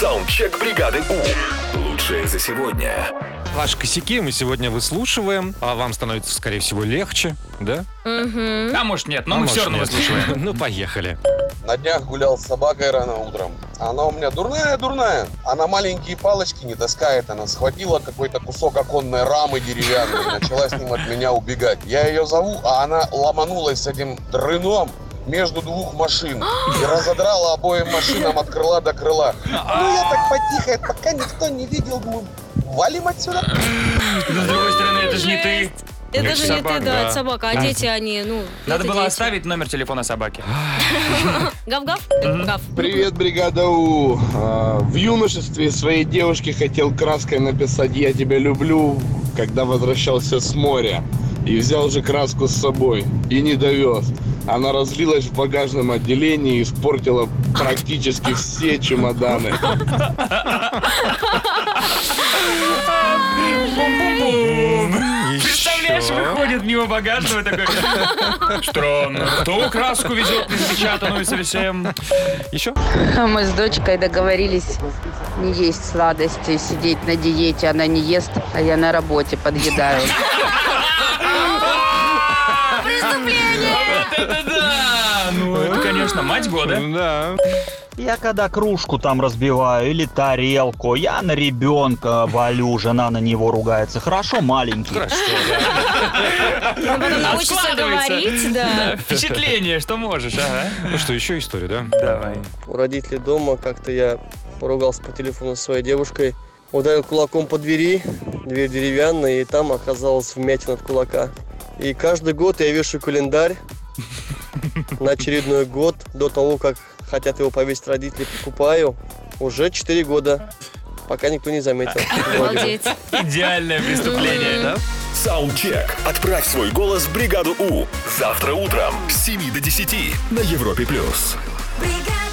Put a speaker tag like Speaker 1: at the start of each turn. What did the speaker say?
Speaker 1: Саундчек бригады У. Лучшее за сегодня.
Speaker 2: Ваши косяки мы сегодня выслушиваем, а вам становится, скорее всего, легче, да?
Speaker 3: А может нет, но
Speaker 2: А
Speaker 3: мы
Speaker 2: может,
Speaker 3: все равно
Speaker 2: нет.
Speaker 3: выслушиваем.
Speaker 2: Ну, поехали.
Speaker 4: На днях гулял с собакой рано утром. Она у меня дурная-дурная. Она маленькие палочки не таскает. Она схватила какой-то кусок оконной рамы деревянной и начала с ним от меня убегать. Я ее зову, а она ломанулась с этим дрыном между двух машин и разодрала обоим машинам от крыла до крыла. Ну, я так потихо, пока никто не видел, думаю, валим отсюда.
Speaker 3: Но с другой стороны, это же не ты.
Speaker 5: Жесть.
Speaker 3: Нет,
Speaker 5: Это же не
Speaker 3: собак,
Speaker 5: ты,
Speaker 3: да.
Speaker 5: да, это собака. А дети, они, ну...
Speaker 3: Надо
Speaker 5: это
Speaker 3: было
Speaker 5: дети.
Speaker 3: оставить номер телефона собаки.
Speaker 5: Гав-гав? Гав.
Speaker 6: Привет, бригада У. А, В юношестве своей девушке хотел краской написать «Я тебя люблю», когда возвращался с моря. И взял же краску с собой. И не довез. Она разлилась в багажном отделении и испортила практически все чемоданы.
Speaker 3: Представляешь, выходит мимо багажного такой. Странно. Кто краску везет распечатанную совсем?
Speaker 2: Еще?
Speaker 7: А Мы с дочкой договорились не есть сладости, сидеть на диете. Она не ест, а я на работе подъедаю.
Speaker 3: Вот это да! Ну, это, конечно, мать года.
Speaker 2: Да.
Speaker 8: Я когда кружку там разбиваю или тарелку, я на ребенка валю, жена на него ругается. Хорошо, маленький.
Speaker 5: Он потом научится
Speaker 3: Откладывается.
Speaker 5: говорить, да.
Speaker 3: Впечатление, что можешь, ага.
Speaker 2: Ну что, еще история, да?
Speaker 3: Давай.
Speaker 9: У родителей дома как-то я поругался по телефону со своей девушкой. Ударил кулаком по двери, дверь деревянная, и там оказалась вмятина от кулака. И каждый год я вешаю календарь на очередной год до того, как хотят его повесить родители, покупаю. Уже 4 года, пока никто не заметил. Вроде бы.
Speaker 5: Обалдеть.
Speaker 3: Идеальное преступление, да?
Speaker 1: Саундчек. Отправь свой голос в бригаду У. Завтра утром с 7 до 10 на Европе+. плюс.
Speaker 10: бригада.